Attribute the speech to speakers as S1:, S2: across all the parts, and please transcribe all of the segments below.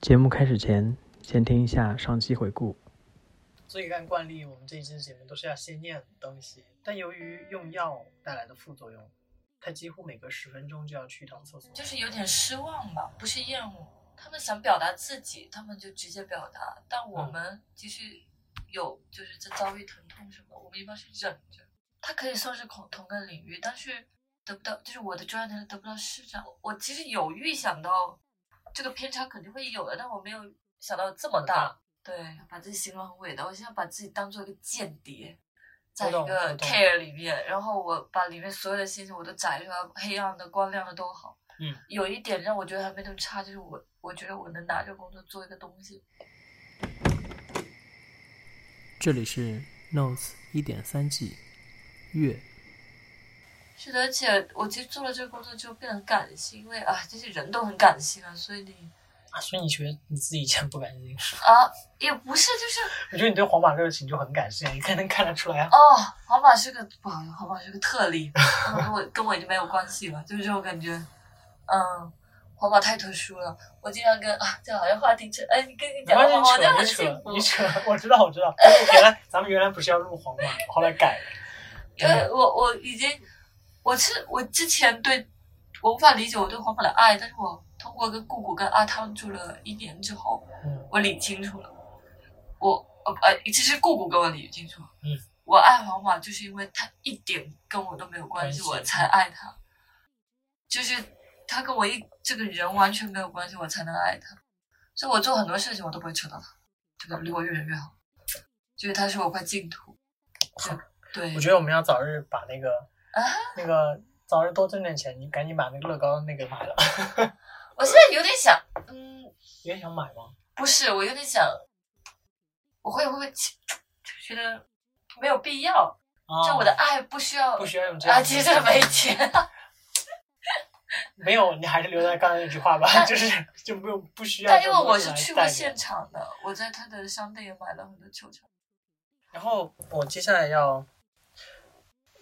S1: 节目开始前，先听一下上期回顾。
S2: 所以按惯例，我们这一期节目都是要先念东西，但由于用药带来的副作用，他几乎每隔十分钟就要去一趟厕所。
S3: 就是有点失望吧，不是厌恶。他们想表达自己，他们就直接表达，但我们即使有就是在遭遇疼痛什么，我们一般是忍着。它可以算是同同个领域，但是得不到，就是我的专业能力得不到施展。我其实有预想到这个偏差肯定会有的，但我没有想到这么大。对，把自己形容很伟大，我现在把自己当做一个间谍，在一
S2: 懂我
S3: 个
S2: 懂
S3: care 里面，然后我把里面所有的信息我都摘出来，黑暗的、光亮的都好。
S2: 嗯，
S3: 有一点让我觉得还没那么差，就是我我觉得我能拿这个工作做一个东西。
S4: 这里是 Notes 一点三 G，月
S3: 是的，而且我其实做了这个工作之后变得很感性，因为啊，这些人都很感性啊，所以你
S2: 啊，所以你觉得你自己以前不感兴趣？
S3: 啊也不是，就是
S2: 我觉得你对皇马热情就很感兴趣，你看能看得出来 啊。
S3: 哦，皇马是个不好意思，皇马是个 特例，他们跟我跟我已经没有关系了，就是这种感觉。嗯，皇马太特殊了，我经常跟啊，这好像话题扯，哎，你跟你
S2: 没
S3: 讲
S2: 关系，
S3: 皇马，我
S2: 你
S3: 真的
S2: 扯，
S3: 很
S2: 你
S3: 幸
S2: 扯，
S3: 福
S2: 你。扯，我知道，我知道。但是原来咱们原来不是要入皇马，后来改了。
S3: 因为我我已经，我是我之前对我无法理解我对黄马的爱，但是我通过跟姑姑跟阿汤住了一年之后，
S2: 嗯
S3: 我理清楚了。我呃呃，其实姑姑跟我理清楚了，
S2: 嗯，
S3: 我爱黄马就是因为他一点跟我都没有关系，
S2: 关系
S3: 我才爱他，就是他跟我一这个人完全没有关系，我才能爱他。所以我做很多事情我都不会扯到他，这个离我越远越好，就是他是我块净土。就对，
S2: 我觉得我们要早日把那个
S3: 啊
S2: 那个早日多挣点钱，你赶紧把那个乐高那个买了。
S3: 我现在有点想，嗯，
S2: 你也想买吗？
S3: 不是，我有点想，我会不会就觉得没有必要？
S2: 啊，
S3: 就我的爱不需要，
S2: 不需要用这样
S3: 啊，
S2: 的
S3: 其实没 钱，
S2: 没有，你还是留在刚才那句话吧，就是就没有不需要。
S3: 但因为我是去过现
S2: 现场。
S3: 场的，我在他的商店也买了很多球场。
S2: 然后我接下来要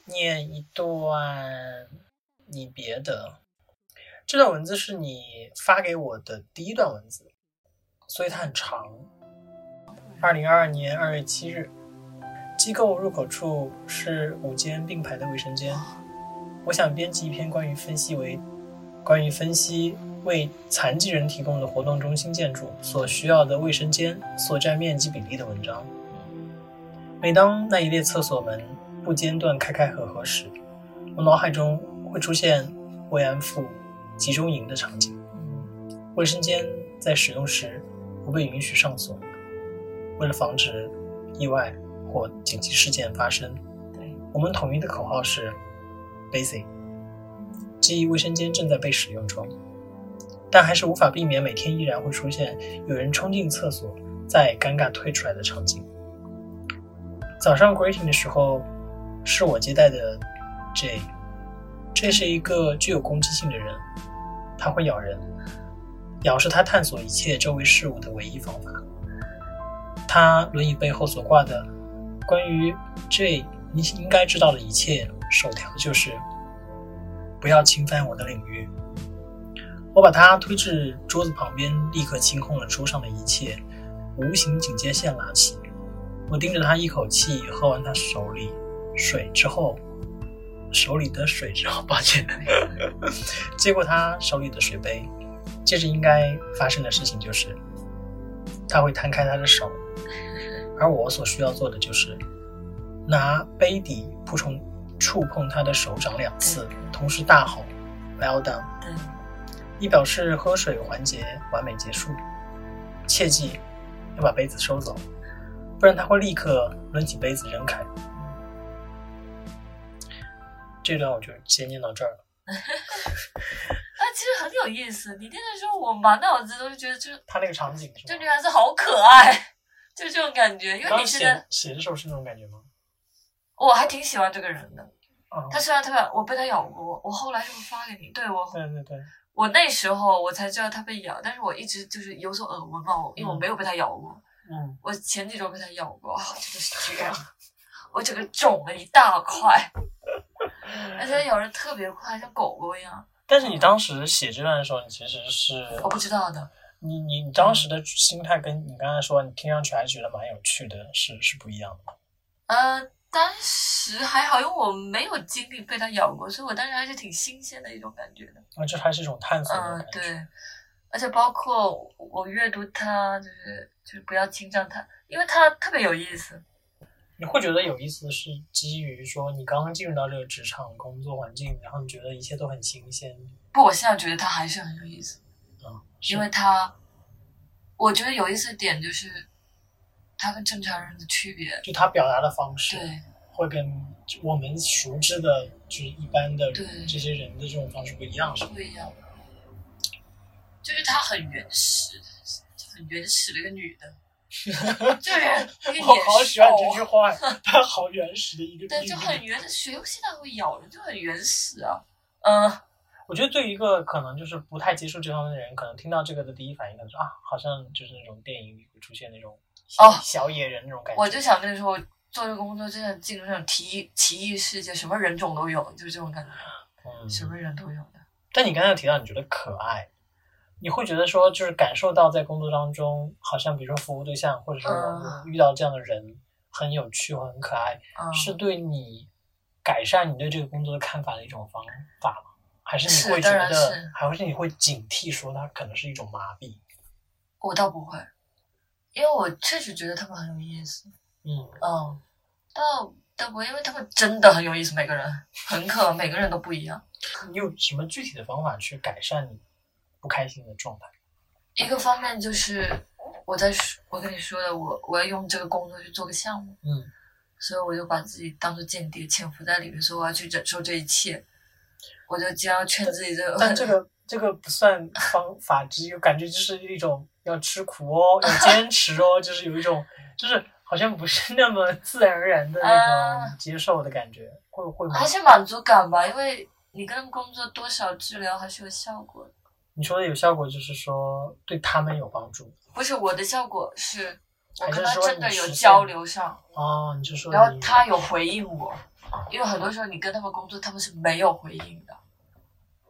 S2: 念一段你别的，这段文字是你发给我的第一段文字，所以它很长。二零二二年二月七日，机构入口处是五间并排的卫生间。我想编辑一篇关于分析为关于分析为残疾人提供的活动中心建筑所需要的卫生间所占面积比例的文章。每当那一列厕所门不间断开开合合时，我脑海中会出现慰安妇集中营的场景。卫生间在使用时不被允许上锁，为了防止意外或紧急事件发生，
S3: 对，
S2: 我们统一的口号是 “busy”，即卫生间正在被使用中，但还是无法避免每天依然会出现有人冲进厕所再尴尬退出来的场景。早上 greeting 的时候，是我接待的 J，这是一个具有攻击性的人，他会咬人，咬是他探索一切周围事物的唯一方法。他轮椅背后所挂的关于 J 你应该知道的一切首条就是不要侵犯我的领域。我把他推至桌子旁边，立刻清空了桌上的一切，无形警戒线拉起。我盯着他一口气喝完他手里水之后，手里的水之后，抱歉，接过他手里的水杯。接着应该发生的事情就是，他会摊开他的手，而我所需要做的就是拿杯底扑冲触碰他的手掌两次，同时大吼 “well done”，
S3: 对，
S2: 以表示喝水环节完美结束。切记要把杯子收走，不然他会立刻抡起杯子扔开。这段我就先念到这儿了。
S3: 啊，其实很有意思。你那个时候，我满脑子都是觉得这
S2: 他那个场景
S3: 这
S2: 是
S3: 女
S2: 吗？
S3: 孩子好可爱，就这种感觉。因为
S2: 当
S3: 你
S2: 时
S3: 觉得
S2: 写写的时候是那种感觉吗？
S3: 我还挺喜欢这个人的，
S2: 啊、
S3: 他虽然特别，我被他咬过，我后来是不是发给你？对我
S2: 对对对，
S3: 我那时候我才知道它被咬，但是我一直就是有所耳闻嘛，我因为我没有被它咬过。
S2: 嗯，
S3: 我前几周被它咬过，啊，真的是绝了，我整个肿了一大块，而且它咬人特别快，像狗狗一样。
S2: 但是你当时写这段的时候，你其实是
S3: 我不知道的，
S2: 你你你当时的心态跟你刚才说，你听上去还觉得蛮有趣的，是是不一样的。
S3: 呃，当时还好，因为我没有经历被它咬过，所以我当时还是挺新鲜的一种感觉的。
S2: 啊，这还是一种探索的
S3: 嗯，
S2: 感觉。
S3: 对，而且包括我我阅读它，就是就是不要侵占它，因为它特别有意思。
S2: 你会觉得有意思的是基于说你刚刚进入到这个职场工作环境，然后你觉得一切都很新鲜，
S3: 不，我现在觉得它还是很有意思，
S2: 嗯，是
S3: 因为它，我觉得有意思的点就是它跟正常人的区别。
S2: 就他表达的方式
S3: 对，
S2: 会跟我们熟知的，就是一般的
S3: 对
S2: 这些人的这种方式不一样，是吧？
S3: 不一样，就是她很原始，很原始的一个女的， 就是一个
S2: 我
S3: 野
S2: 好喜欢这
S3: 兽
S2: 句话， 它好原始的一个
S3: 对，
S2: 比喻
S3: 就很原始，谁现在会咬人，就很原始啊。嗯，
S2: 我觉得对于一个可能就是不太接触这方面的人，可能听到这个的第一反应可能是啊，好像就是那种电影里会出现那种小,、
S3: 哦
S2: 小野人那种感觉。
S3: 我就想跟你说，我做这个工作真的进入那种奇奇异世界，什么人种都有，就是这种感觉，什
S2: 嗯，
S3: 么人都有的。
S2: 但你刚才有提到你觉得可爱，你会觉得说就是感受到在工作当中，好像比如说服务对象或者说
S3: 嗯
S2: 遇到这样的人很有趣或很可爱，
S3: 嗯，
S2: 是对你改善你对这个工作的看法的一种方法吗？还是你会
S3: 是
S2: 觉
S3: 当然
S2: 得
S3: 是，
S2: 还是你会警惕说它可能是一种麻痹？
S3: 我倒不会，因为我确实觉得他们很有意思。
S2: 嗯，
S3: 嗯，倒倒不会，因为他们真的很有意思，每个人很可，每个人都不一样。
S2: 你有什么具体的方法去改善你不开心的状态？
S3: 一个方面就是我在说我跟你说的，我我要用这个工作去做个项目，
S2: 嗯，
S3: 所以我就把自己当做间谍，潜伏在里面，所以我要去忍受这一切。我就将要劝自己这
S2: 但这个这个不算方法之一，我感觉就是一种要吃苦哦，要坚持哦，就是有一种就是好像不是那么自然而然的那
S3: 啊
S2: 种接受的感觉，会会吗
S3: 还？是满足感吧，因为你跟工作多少治疗还是有效果的。
S2: 你说的有效果，就是说对他们有帮助
S3: 不是我的效果是，我
S2: 还是
S3: 跟他
S2: 说
S3: 真
S2: 你
S3: 的
S2: 实
S3: 有
S2: 现
S3: 交流上，
S2: 哦。你就说
S3: 然后
S2: 你
S3: 他有回应我，因为很多时候你跟他们工作，他们是没有回应的，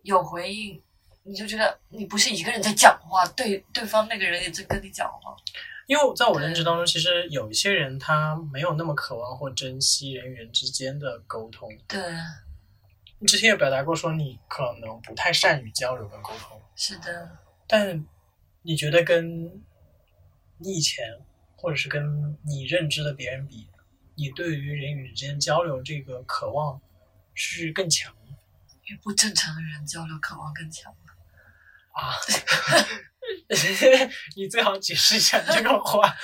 S3: 有回应你就觉得你不是一个人在讲话，对对方那个人也在跟你讲话。
S2: 因为在我认知当中，其实有一些人他没有那么渴望或珍惜人与人之间的沟通。
S3: 对，
S2: 你之前也表达过说你可能不太善于交流跟沟通，
S3: 是的，
S2: 但你觉得跟你以前或者是跟你认知的别人比，你对于人与人之间交流这个渴望是更强
S3: 与不正常的人交流渴望更强。
S2: 啊？ 你最好解释一下这个话，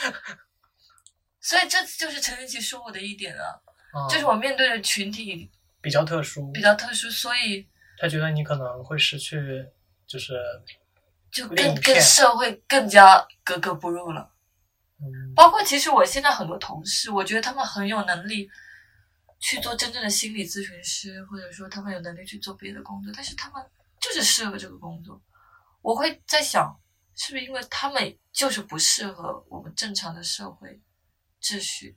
S3: 所以这就是陈云奇说我的一点啊，
S2: 嗯
S3: 就是我面对的群体
S2: 比较特殊
S3: 比，较特殊，所以
S2: 他觉得你可能会失去，就是
S3: 就
S2: 另一
S3: 更
S2: 片
S3: 跟社会更加格格不入了。
S2: 嗯
S3: 包括其实我现在很多同事，我觉得他们很有能力去做真正的心理咨询师，或者说他们有能力去做别的工作，但是他们就是适合这个工作。我会在想，是不是因为他们就是不适合我们正常的社会秩序，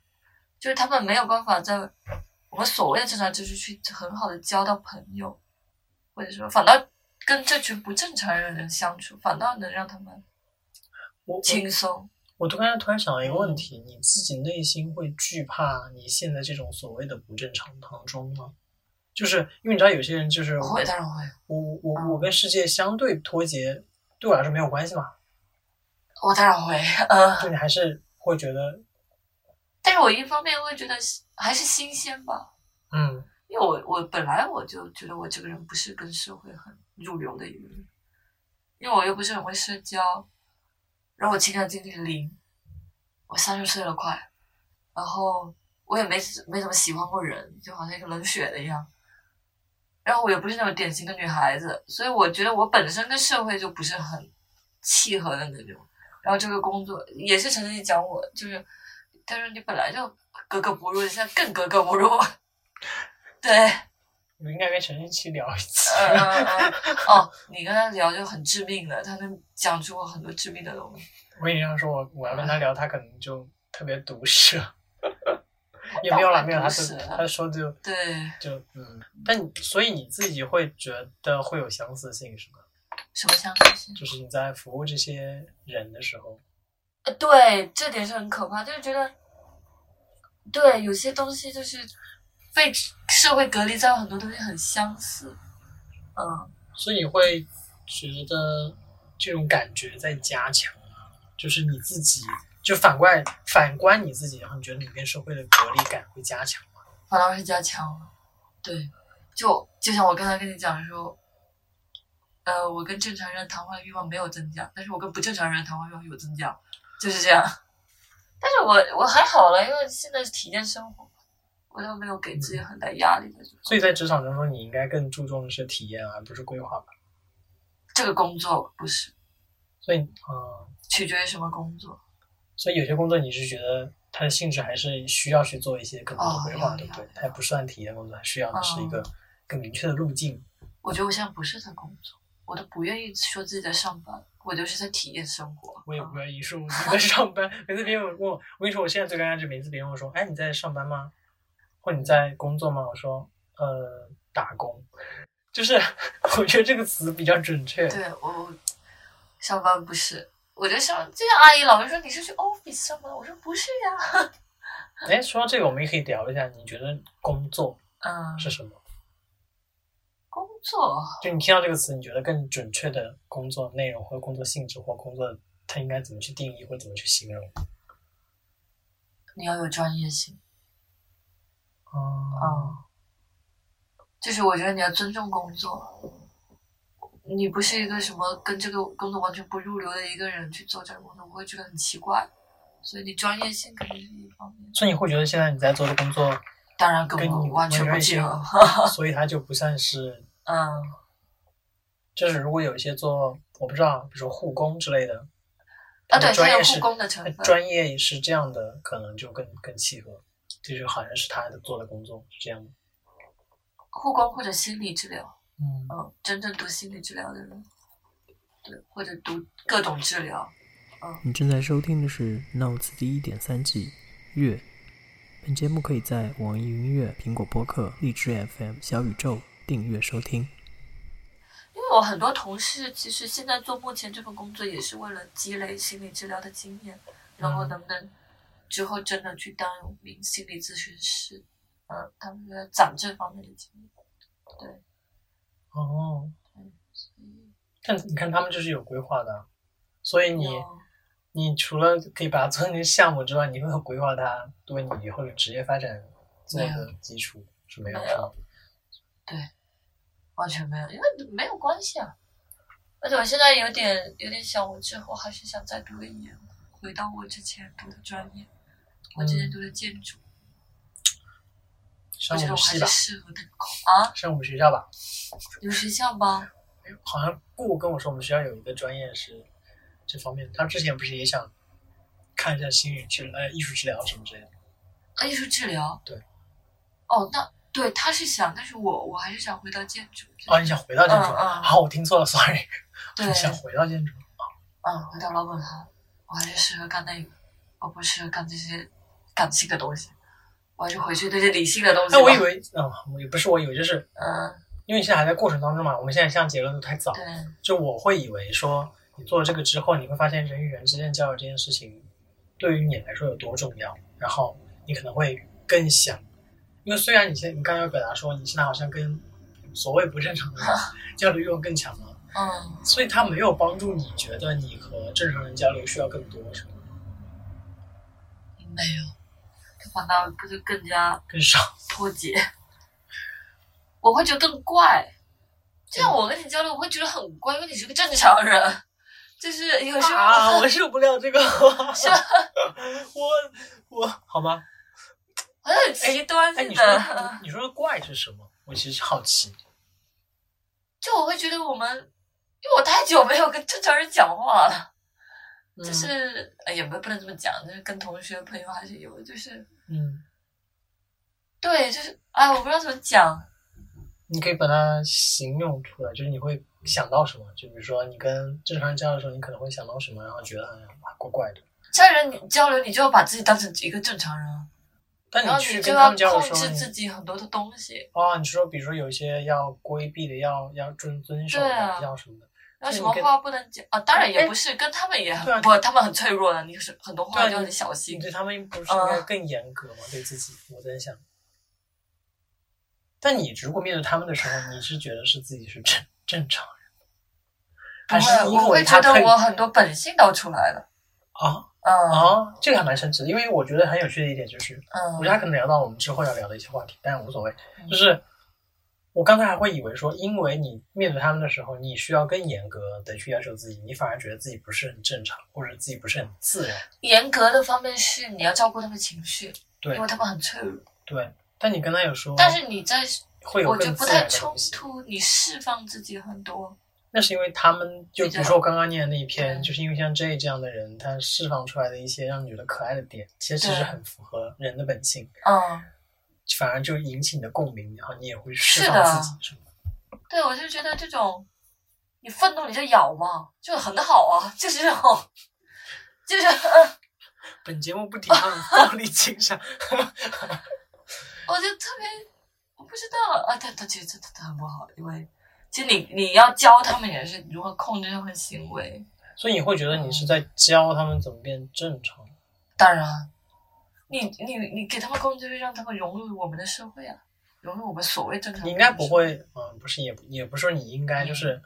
S3: 就是他们没有办法在我们所谓的正常秩序去很好的交到朋友，或者说反倒跟这群不正常人的人相处，反倒能让他们
S2: 我我
S3: 轻松。
S2: 我突然突然想到一个问题，你自己内心会惧怕你现在这种所谓的不正常当中吗？就是因为你知道有些人就是
S3: 会，嗯当然会。
S2: 我我我跟世界相对脱节，对我来说没有关系嘛，
S3: 我当然会，呃，
S2: 就你还是会觉得
S3: 但是我一方面会觉得是还是新鲜吧，
S2: 嗯，
S3: 因为我我本来我就觉得我这个人不是跟社会很入流的一个人，因为我又不是很会社交，然后我情感经历零，我三十岁了快，然后我也没没怎么喜欢过人，就好像一个冷血的一样，然后我也不是那种典型的女孩子，所以我觉得我本身跟社会就不是很契合的那种。然后这个工作也是陈晨讲我，就是他说你本来就格格不入，你现在更格格不入。 对，
S2: 我应该跟陈晨期聊一次。
S3: 呃呃呃哦，你跟他聊就很致命的，他能讲出我很多致命的东西。
S2: 我跟你这样说，我我要跟他聊，他可能就特别毒舌， 也没有啦，没有，他
S3: 毒
S2: 就
S3: 舌
S2: 他说就
S3: 对，
S2: 就嗯，但你所以你自己会觉得会有相似性是吗？
S3: 什么相关性？
S2: 就是你在服务这些人的时候，
S3: 呃对，这点是很可怕，就是觉得，对，有些东西就是被社会隔离在很多东西很相似，嗯，
S2: 所以你会觉得这种感觉在加强啊，就是你自己就反观反观你自己，然后你觉得你跟社会的隔离感会加强吗？
S3: 反倒是加强了，对，就就像我刚才跟你讲说，呃，我跟正常人谈话的欲望没有增加，但是我跟不正常人谈话欲望有增加，就是这样。 但是我我还好了，因为现在是体验生活，我倒没有给
S2: 嗯
S3: 自己很大压力的。
S2: 所以在职场当中，你应该更注重的是体验啊而不是规划吧？
S3: 这个工作不是
S2: 所以，嗯，
S3: 取决于什么工作，
S2: 所以有些工作你是觉得它的性质还是需要去做一些更多的
S3: 哦
S2: 规划，
S3: 要
S2: 对不对
S3: 要？
S2: 它不算体验工作，它需要的是一个更明确的路径。
S3: 我觉得我现在不是在工作，我都不愿意说自己在上班，我就是在体验生活。
S2: 我也
S3: 嗯
S2: 不愿意说我在 上班。每次别人问我，我跟你说，我现在最尴尬就是每次别人问我说：“哎，你在上班吗？或者你在工作吗？”我说：“呃，打工。”就是 我觉得这个词比较准确。
S3: 对我我上班不是，我就上就像阿姨老是说你是去 office 上班，我说不是呀。
S2: 哎，说到这个，我们也可以聊一下，你觉得工作
S3: 嗯，
S2: 是什么？
S3: 工作
S2: 就你听到这个词，你觉得更准确的工作内容或工作性质或工作，它应该怎么去定义或怎么去形容？
S3: 你要有专业性，
S2: 哦，
S3: 嗯，就是我觉得你要尊重工作，你不是一个什么跟这个工作完全不入流的一个人去做这个工作，我会觉得很奇怪。所以你专业性肯定是一方面，
S2: 所以你会觉得现在你在做的工作
S3: 当然跟
S2: 跟
S3: 我
S2: 你
S3: 完全不
S2: 完
S3: 契
S2: 全
S3: 合。
S2: 所以它就不算是
S3: 嗯，
S2: 就是如果有一些做我不知道，比如说护工之类的，
S3: 啊，对，
S2: 专
S3: 它有
S2: 业
S3: 护
S2: 是
S3: 工的成分。
S2: 专业是这样的，可能就更更契合。这就好像是他的做的工作是这样的。
S3: 护工或者心理治疗，
S2: 嗯，
S3: 嗯，真正读心理治疗的人，对，或者读各种治疗，
S4: 你正在收听的是《Notes》第一点三季《月》。本节目可以在网易云音乐、苹果播客、荔枝 FM、小宇宙订阅收听。
S3: 因为我很多同事其实现在做目前这份工作也是为了积累心理治疗的经验，然后
S2: 嗯
S3: 能不能之后真的去当一名心理咨询师，嗯，他们要攒这方面的经验，对，
S2: 哦，
S3: 嗯，
S2: 但你看他们就是有规划的，所以你
S3: 有
S2: 你除了可以把它做成项目之外，你会有规划它为你以后的职业发展做
S3: 没
S2: 的基础是没有
S3: 没
S2: 的。
S3: 完全没有，因为没有关系啊。而且我现在有点有点想，我之后还是想再读一年，回到我之前读的专业。我之
S2: 嗯
S3: 前读的建筑，
S2: 上
S3: 我觉
S2: 我
S3: 得
S2: 们
S3: 我还
S2: 系
S3: 是
S2: 吧，
S3: 适合那个工啊，
S2: 上我们学校吧。
S3: 有学校吗？
S2: 好像顾跟我说，我们学校有一个专业是这方面。他之前不是也想看一下心理治呃艺术治疗什么之类的。
S3: 啊，艺术治疗。
S2: 对。
S3: 哦，那对他是想，但是我我还是想回到建筑。
S2: 哦，你想回到建筑？
S3: 嗯嗯
S2: 啊，我听错了，sorry。
S3: 对，
S2: 想回到建筑。
S3: 嗯，回到老本行，我还是适合干那个，我不适合干这些感性的东西，我还是回去那些理性的东西吧。
S2: 那我以为，嗯，我也不是我以为，就是
S3: 嗯，
S2: 因为你现在还在过程当中嘛，我们现在下结论都太早。
S3: 对，
S2: 就我会以为说，你做了这个之后，你会发现人与人之间交流这件事情，对于你来说有多重要，然后你可能会更想，因为虽然你现你刚刚有表达说你现在好像跟所谓不正常的人交流欲望更强了，
S3: 嗯。
S2: 所以它没有帮助你觉得你和正常人交流需要更多是吗？
S3: 没有，他反倒不就更加
S2: 更少。
S3: 脱节，我会觉得更怪。
S2: 嗯
S3: 这样我跟你交流，我会觉得很怪，因为你是个正常人，就是有时候、
S2: 啊，我受不了这个，
S3: 是吧
S2: 我我好吗？
S3: 好像很极端
S2: 哎，
S3: 似
S2: 你
S3: 的。
S2: 说的你说的怪是什么？我其实好奇。
S3: 就我会觉得我们，因为我太久没有跟正常人讲话了，就
S2: 嗯
S3: 是、哎也不不能这么讲，就是跟同学朋友还是有，就是
S2: 嗯，
S3: 对，就是哎，我不知道怎么讲，
S2: 你可以把它形容出来，就是你会想到什么？就比如说你跟正常人交流的时候，你可能会想到什么，然后觉得哎呀怪怪的。
S3: 家人你交流，你就要把自己当成一个正常人啊，
S2: 但
S3: 然后
S2: 你去
S3: 就
S2: 跟他
S3: 要
S2: 们交流
S3: 控
S2: 的时候，
S3: 制
S2: 你
S3: 自己很多的东西，
S2: 啊，你说比如说有一些要规避的，要要遵遵守的，
S3: 对啊
S2: 要什么的，
S3: 然后
S2: 这
S3: 什
S2: 你
S3: 么
S2: 跟
S3: 话不能讲啊？当然也
S2: 哎
S3: 不是，跟他们也
S2: 对啊
S3: 很不，他们很脆弱的，你是很多
S2: 对
S3: 话
S2: 啊
S3: 就
S2: 你
S3: 很小
S2: 你
S3: 心。
S2: 对他们不是应
S3: 嗯
S2: 该更严格吗？对自己，我在想。但你如果面对他们的时候，你是觉得是自己是正正常人，还
S3: 不
S2: 是
S3: 会，
S2: 因
S3: 我会
S2: 为
S3: 觉
S2: 他
S3: 得
S2: 退
S3: 我很多本性都出来了。
S2: 啊
S3: 嗯
S2: 啊？这个还蛮神奇的，因为我觉得很有趣的一点就是，我觉得
S3: 嗯
S2: 他可能聊到我们之后要聊的一些话题，但无所谓。就是我刚才还会以为说，因为你面对他们的时候，你需要更严格的去要求自己，你反而觉得自己不是很正常，或者自己不是很自然。
S3: 严格的方面是你要照顾他们情绪，
S2: 对
S3: 因为他们很脆弱。
S2: 对，但你刚才有说，
S3: 但是你在，
S2: 会有
S3: 我觉得
S2: 更
S3: 不
S2: 自然
S3: 太
S2: 的
S3: 冲
S2: 东西。
S3: 突，你释放自己很多。
S2: 那是因为他们，就
S3: 比
S2: 比
S3: 较
S2: 如说我刚刚念的那一篇，
S3: 嗯
S2: 就是因为像 J 这样的人，他释放出来的一些让你觉得可爱的点，其实是
S3: 对
S2: 很符合人的本性，
S3: 嗯，
S2: 反而就引起你的共鸣，然后你也会
S3: 是
S2: 释放
S3: 的
S2: 自己，是吗？
S3: 对，我就觉得这种，你愤怒你就咬嘛，就很好啊，就是这种，就是
S2: 本节目不提 倡暴力倾向，
S3: 我就特别，我不知道啊，他他其实这他很不好，因为其实你你要教他们也是如何控制他们行为，
S2: 所以你会觉得你是在教他们怎么变正常。
S3: 当然，你你你给他们工作，让他们融入我们的社会啊，融入我们所谓正常。
S2: 你应该不，会，嗯，不是，也不也不是说你应该，就是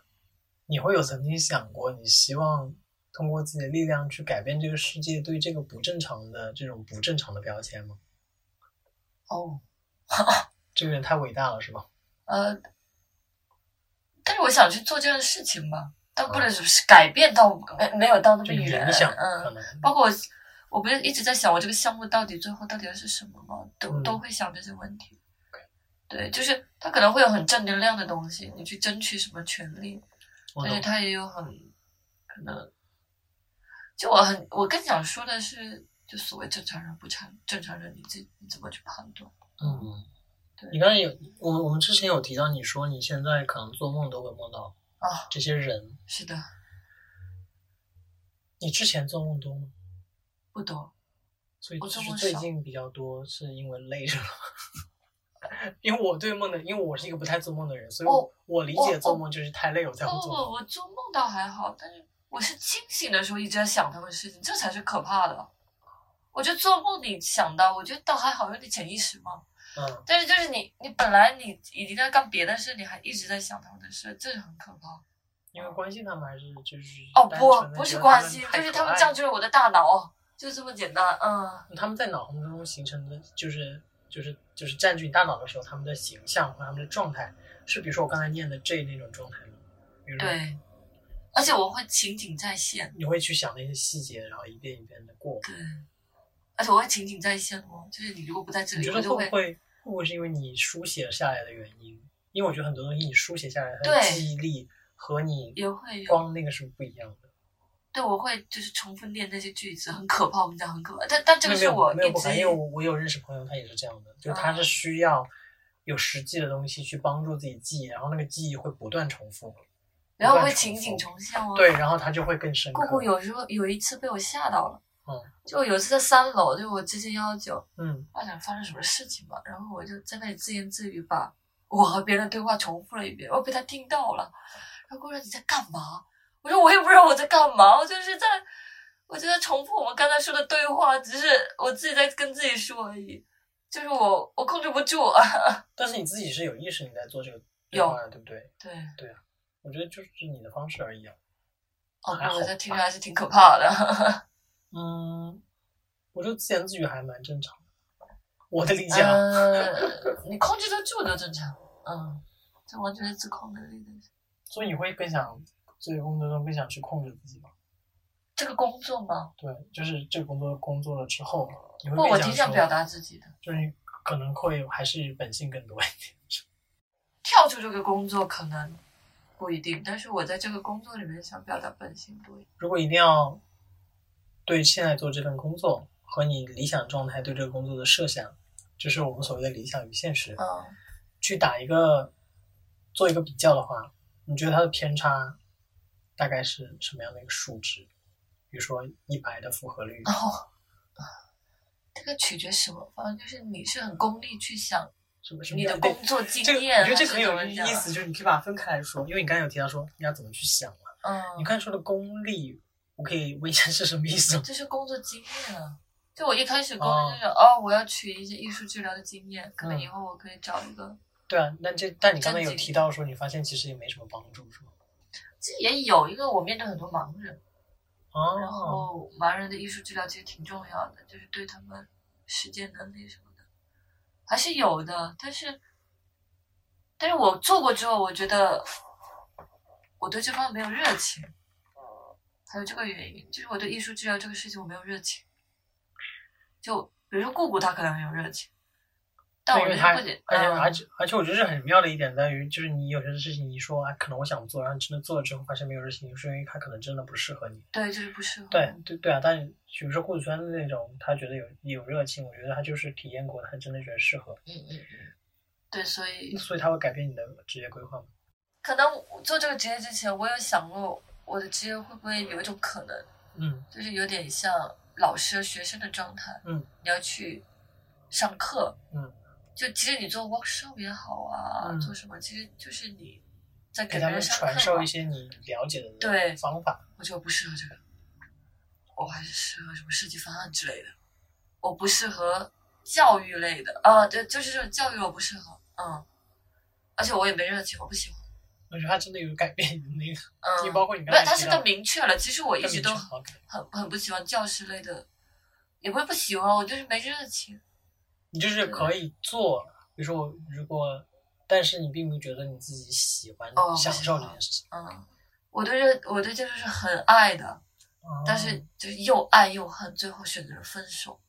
S2: 你会有曾经想过，你希望通过自己的力量去改变这个世界对这个不正常的这种不正常的标签吗？
S3: 哦，
S2: 这个人太伟大了，是吧？
S3: 呃，但是我想去做这样的事情吧，但不能是改变到没没有到那么
S2: 嗯就影
S3: 远，
S2: 响
S3: 嗯
S2: 可。能。
S3: 包括我，我不是一直在想，我这个项目到底最后到底是什么吗？都、
S2: 嗯
S3: 都会想这些问题。对，就是它可能会有很正能量的东西，你去争取什么权利，
S2: 我
S3: 但是
S2: 懂，
S3: 它也有很可能，就我很我更想说的是，就所谓正常人不常正常人，你自你怎么去判断？
S2: 嗯
S3: 对，
S2: 你刚才有我们我们之前有提到，你说你现在可能做梦都会梦到
S3: 啊
S2: 这些人，
S3: 是的，
S2: 你之前做梦多吗？
S3: 不多，
S2: 所以
S3: 我
S2: 就
S3: 做
S2: 是
S3: 梦
S2: 最
S3: 少
S2: 近比较多，是因为累着了。 因为我对梦的，因为我是一个不太做梦的人，所以我
S3: 哦
S2: 我理解做梦就是太累我才
S3: 不
S2: 会
S3: 不
S2: 做
S3: 不，
S2: 梦。
S3: 哦我做梦倒还好，但是我是清醒的时候一直在想他们的事情，这才是可怕的。我觉得做梦你想到，我觉得倒还好，有点潜意识嘛。
S2: 嗯，
S3: 但是就是你，你本来你已经在干别的事，你还一直在想他们的事，这是很可怕。
S2: 因为关心他们还是就是
S3: 哦
S2: 单纯
S3: 不，
S2: 地
S3: 不
S2: 觉
S3: 是
S2: 得
S3: 关
S2: 们
S3: 心，
S2: 太
S3: 就是
S2: 可
S3: 他们
S2: 爱
S3: 占据了我的大脑，就这么简单。嗯，
S2: 他们在脑海中形成的，就是就是就是占据你大脑的时候，他们的形象和他们的状态，是比如说我刚才念的 J 那种状态吗？比如说
S3: 对。而且我会情景再现，
S2: 你会去想那些细节，然后一遍一遍的过。
S3: 对。而且我会情景再现哦，就是你如果不在这
S2: 你
S3: 里，
S2: 觉
S3: 我
S2: 得会
S3: 就
S2: 不
S3: 会
S2: 会会不会是因为你书写下来的原因？因为我觉得很多东西你书写下来它的
S3: 对
S2: 记忆力和你
S3: 也会有。
S2: 光那个是不一样的。
S3: 对，我会就是重复念那些句子，很可怕，我跟你讲很可怕。但但这个
S2: 没
S3: 是
S2: 有
S3: 我
S2: 没有
S3: 一
S2: 不
S3: 直
S2: 敢，因为我我有认识朋友，他也是这样的，就他是
S3: 啊
S2: 需要有实际的东西去帮助自己记忆，然后那个记忆会不断重复，
S3: 然后
S2: 不断
S3: 会
S2: 重
S3: 情景
S2: 复
S3: 重现哦。
S2: 对，，然后他就会更深刻。
S3: 姑姑有时候有一次被我吓到了，
S2: 嗯
S3: 就有一次在三楼，就我之前幺幺九，
S2: 嗯
S3: 我想发生什么事情嘛，然后我就在那里自言自语把我和别人的对话重复了一遍，我被他听到了。然后姑姑说你在干嘛？我说我也不知道我在干嘛，我就是在，我就在重复我们刚才说的对话，只是我自己在跟自己说而已，就是我我控制不住啊。
S2: 但是你自己是有意识你在做这个对
S3: 有
S2: 话的，对不对？
S3: 对。
S2: 我觉得就是你的方式而已啊。
S3: 哦，
S2: 还
S3: 那我
S2: 好
S3: 这听着还是挺可怕的。
S2: 嗯，我觉得自言自语还蛮正常的我的理解啊。
S3: 嗯，你控制得住的正常。嗯，这完全是自控能力的。
S2: 所以你会更想这个工作中更想去控制自己吗？
S3: 这个工作吗？
S2: 对，就是这个工作工作了之后，你会
S3: 不，我
S2: 更
S3: 挺
S2: 想
S3: 想
S2: 说
S3: 表，达自己的。
S2: 就是你可能会还是本性更多一点。
S3: 跳出这个工作可能不一定，但是我在这个工作里面想表达本性多一点。
S2: 如果一定要对现在做这份工作和你理想状态对这个工作的设想，就是我们所谓的理想与现实，
S3: 嗯，
S2: 去打一个做一个比较的话，你觉得它的偏差大概是什么样的一个数值？比如说一百的复合率，
S3: 然后啊这个取决什么？反正就是你是很功利去想
S2: 是不是
S3: 你的
S2: 对
S3: 工作经
S2: 这个，
S3: 验，
S2: 我觉得这
S3: 还
S2: 很
S3: 是
S2: 有
S3: 怎么
S2: 意
S3: 样
S2: 思，就是你可以把它分开来说，因为你刚才有提到说你要怎么去想嘛，你
S3: 嗯，
S2: 刚才说的功利，我可以问一下是什么意思吗？
S3: 就是工作经验啊。就我一开始工作就是哦我要取一些艺术治疗的经验，可能
S2: 嗯
S3: 以后我可以找一个，
S2: 对啊，那这但你刚才有
S3: 正经
S2: 提到说，你发现其实也没什么帮助，是吗？
S3: 这也有因为我面对很多盲人，然
S2: 哦，
S3: 后盲人的艺术治疗其实挺重要的，就是对他们实践能力什么的，还是有的。但是，但是我做过之后，我觉得我对这方面没有热情，
S2: 哦
S3: 还有这个原因，就是我对艺术治疗这个事情我没有热情。就比如说顾顾他可能很有热情，但
S2: 对
S3: 我
S2: 因
S3: 就
S2: 为
S3: 是
S2: 他，
S3: 不解，
S2: 而且而
S3: 嗯，
S2: 且而且，我觉得是很妙的一点在于，就是你有些事情你说啊，可能我想做，然后你真的做了之后发现没有热情，是因为它可能真的不适合你。
S3: 对，就是不适合。
S2: 对对对啊，但是比如说顾子川的那种，他觉得有有热情，我觉得他就是体验过，他真的觉得适合，
S3: 嗯嗯嗯，对，所以
S2: 所以他会改变你的职业规划嘛。
S3: 可能我做这个职业之前，我有想过我的职业会不会有一种可能，
S2: 嗯
S3: 就是有点像老师和学生的状态。
S2: 嗯，
S3: 你要去上课。
S2: 嗯，
S3: 就其实你做 workshop 也好啊，
S2: 嗯
S3: 做什么，其实就是你在给
S2: 给
S3: 别
S2: 他们
S3: 人上
S2: 传
S3: 课
S2: 授
S3: 嘛
S2: 一。些你了解的
S3: 对
S2: 方法。
S3: 我觉得我不适合这个，我还是适合什么设计方案之类的，我不适合教育类的啊，对，就是这种教育我不适合，嗯，而且我也没热情，我不喜欢，
S2: 我觉得他真的有改变你的那个，
S3: 嗯，
S2: 你包括你
S3: 没
S2: 刚
S3: 有
S2: 才，
S3: 他是
S2: 提到
S3: 更明确了。其实我一
S2: 更
S3: 直
S2: 明
S3: 都
S2: 确好感
S3: 很很不喜欢教师类的，也不是不喜欢，我就是没热情。
S2: 你就是
S3: 对
S2: 可以做，比如说我如果，但是你并不觉得你自己喜欢、
S3: 哦
S2: 享受这件事情，
S3: 嗯，我对这我对这就是很爱的，但
S2: 嗯
S3: 是就是又爱又恨，最后选择了分手。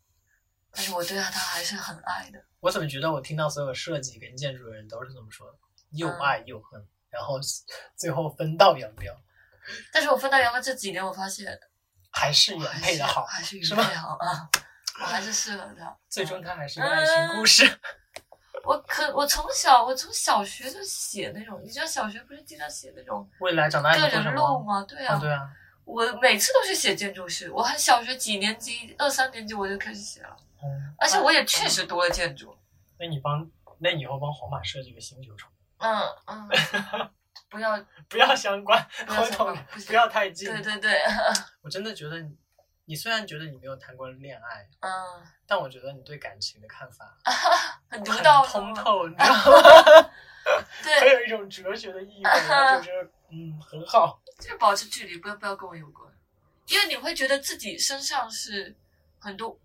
S3: 但是我对他他还是很爱的。
S2: 我怎么觉得我听到所有设计跟建筑的人都是这么说的，又
S3: 嗯
S2: 爱又恨，然后最后分道扬镳，
S3: 但是我分道扬镳这几年，我发现
S2: 还是
S3: 我
S2: 原
S3: 还
S2: 配
S3: 是
S2: 的好，
S3: 还是
S2: 是
S3: 原
S2: 吧
S3: 配好啊，我还是适合他。
S2: 最终
S3: 嗯
S2: 它还是一个爱情故 事。
S3: 我可我从小我从小学就写那种，你知道小学不是经常写那种
S2: 未来长大以
S3: 个
S2: 后做什
S3: 人录
S2: 么？
S3: 吗？对
S2: 啊，对啊，
S3: 我每次都是写建筑师，我很小学几年级，二三年级我就开始写了，
S2: 嗯，
S3: 而且我也确实读了建筑，
S2: 那你帮，那你以后帮皇马设计个新球场，
S3: 嗯 嗯，不要
S2: 不要相关，
S3: 不要
S2: 合
S3: 相
S2: 同
S3: 关不行
S2: 不要太近。
S3: 对对对，
S2: 我真的觉得你，你虽然觉得你没有谈过恋爱，
S3: 嗯，
S2: 但我觉得你对感情的看法
S3: 很独
S2: 很
S3: 到是
S2: 通
S3: 吗，
S2: 透，你知道吗？ 很
S3: 对，
S2: 有一种哲学的意味，我就觉 得嗯很好。
S3: 就是保持距离，不要不要跟我有关，因为你会觉得自己身上是很多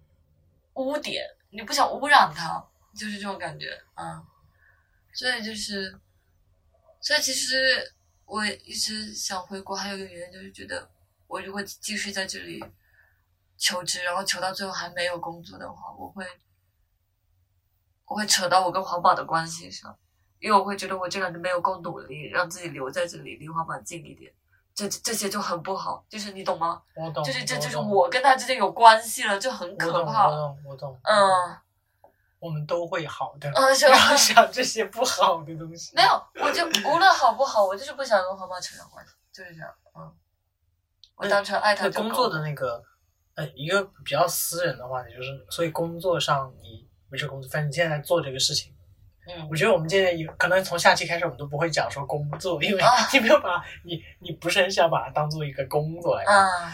S3: 污点，你不想污染它，就是这种感觉，嗯，所以就是，所以其实我一直想回国，还有一个原因就是觉得，我如果继续在这里求职，然后求到最后还没有工作的话，我会我会扯到我跟环保的关系上。因为我会觉得我这两年没有够努力，让自己留在这里，离环保近一点，这这些就很不好，就是你懂吗？
S2: 我懂，
S3: 就是这
S2: 懂
S3: 就是，我跟他之间有关系了，就很
S2: 我懂，
S3: 可
S2: 我
S3: 怕。
S2: 懂，我懂。
S3: 嗯，
S2: 我们都会好的，
S3: 嗯是
S2: 不
S3: 吧
S2: 要想这些不好的东西。
S3: 没有，我就无论好不好，我就是不想跟环保扯上关系，就是这样。嗯，我单纯爱他
S2: 那
S3: 就够
S2: 工
S3: 了
S2: 作的那个，呃，一个比较私人的话题就是，所以工作上你不是工作，反正你现在在做这个事情，
S3: 嗯
S2: 我觉得我们现在有可能从下期开始，我们都不会讲说工作，因为
S3: 啊
S2: 你没有把你你不是很想把它当做一个工作来看，
S3: 啊，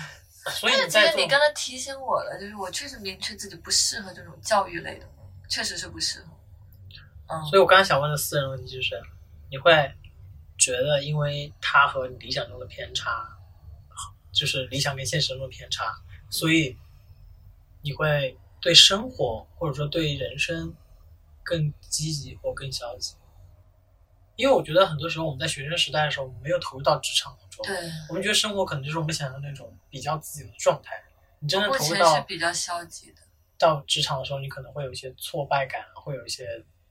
S2: 所以
S3: 但是
S2: 你
S3: 其
S2: 在
S3: 实
S2: 做
S3: 你刚才提醒我了，就是我确实明确自己不适合这种教育类的，确实是不适合。嗯，
S2: 所以我刚刚想问的私人问题就是，你会觉得因为它和理想中的偏差，就是理想跟现实中的偏差，所以你会对生活或者说对人生更积极或更消极？因为我觉得很多时候我们在学生时代的时候，我们没有投入到职场当中，
S3: 对，
S2: 我们觉得生活可能就是我们想象那种比较自由的状态。你真的
S3: 目
S2: 投入
S3: 前是
S2: 到
S3: 比较消极的。
S2: 到职场的时候，你可能会有一些挫败感，啊会有一些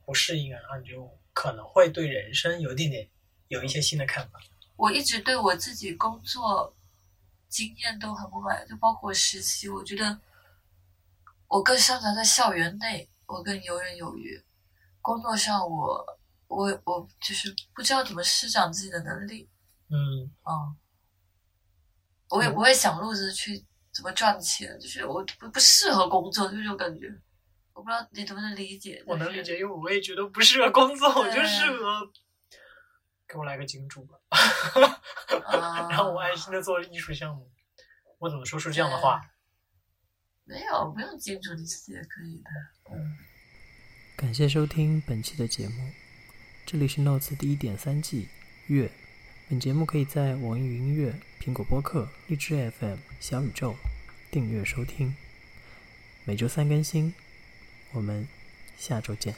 S2: 不适应啊，然后你就可能会对人生有一点点有一些新的看法。
S3: 我一直对我自己工作经验都很不满，就包括实习，我觉得我更擅长在校园内，我更游刃有余。工作上我，我我就是不知道怎么施展自己的能力，
S2: 嗯，
S3: 嗯，我也不会想路子去怎么赚钱，就是我不不适合工作，就是这种感觉。我不知道你能不能理解，
S2: 我
S3: 就
S2: 能
S3: 是
S2: 理解，因为我也觉得不适合工作，
S3: 对
S2: 我就适合给我来个金主吧，
S3: 啊
S2: 让我安心的做艺术项目。我怎么说出这样的话？
S3: 没有，不用金主，你自己也可以的。
S4: 感谢收听本期的节目，这里是 Notes 第一点三季月。本节目可以在网易云音乐、苹果播客、荔枝 FM、小宇宙订阅收听，每周三更新。我们下周见。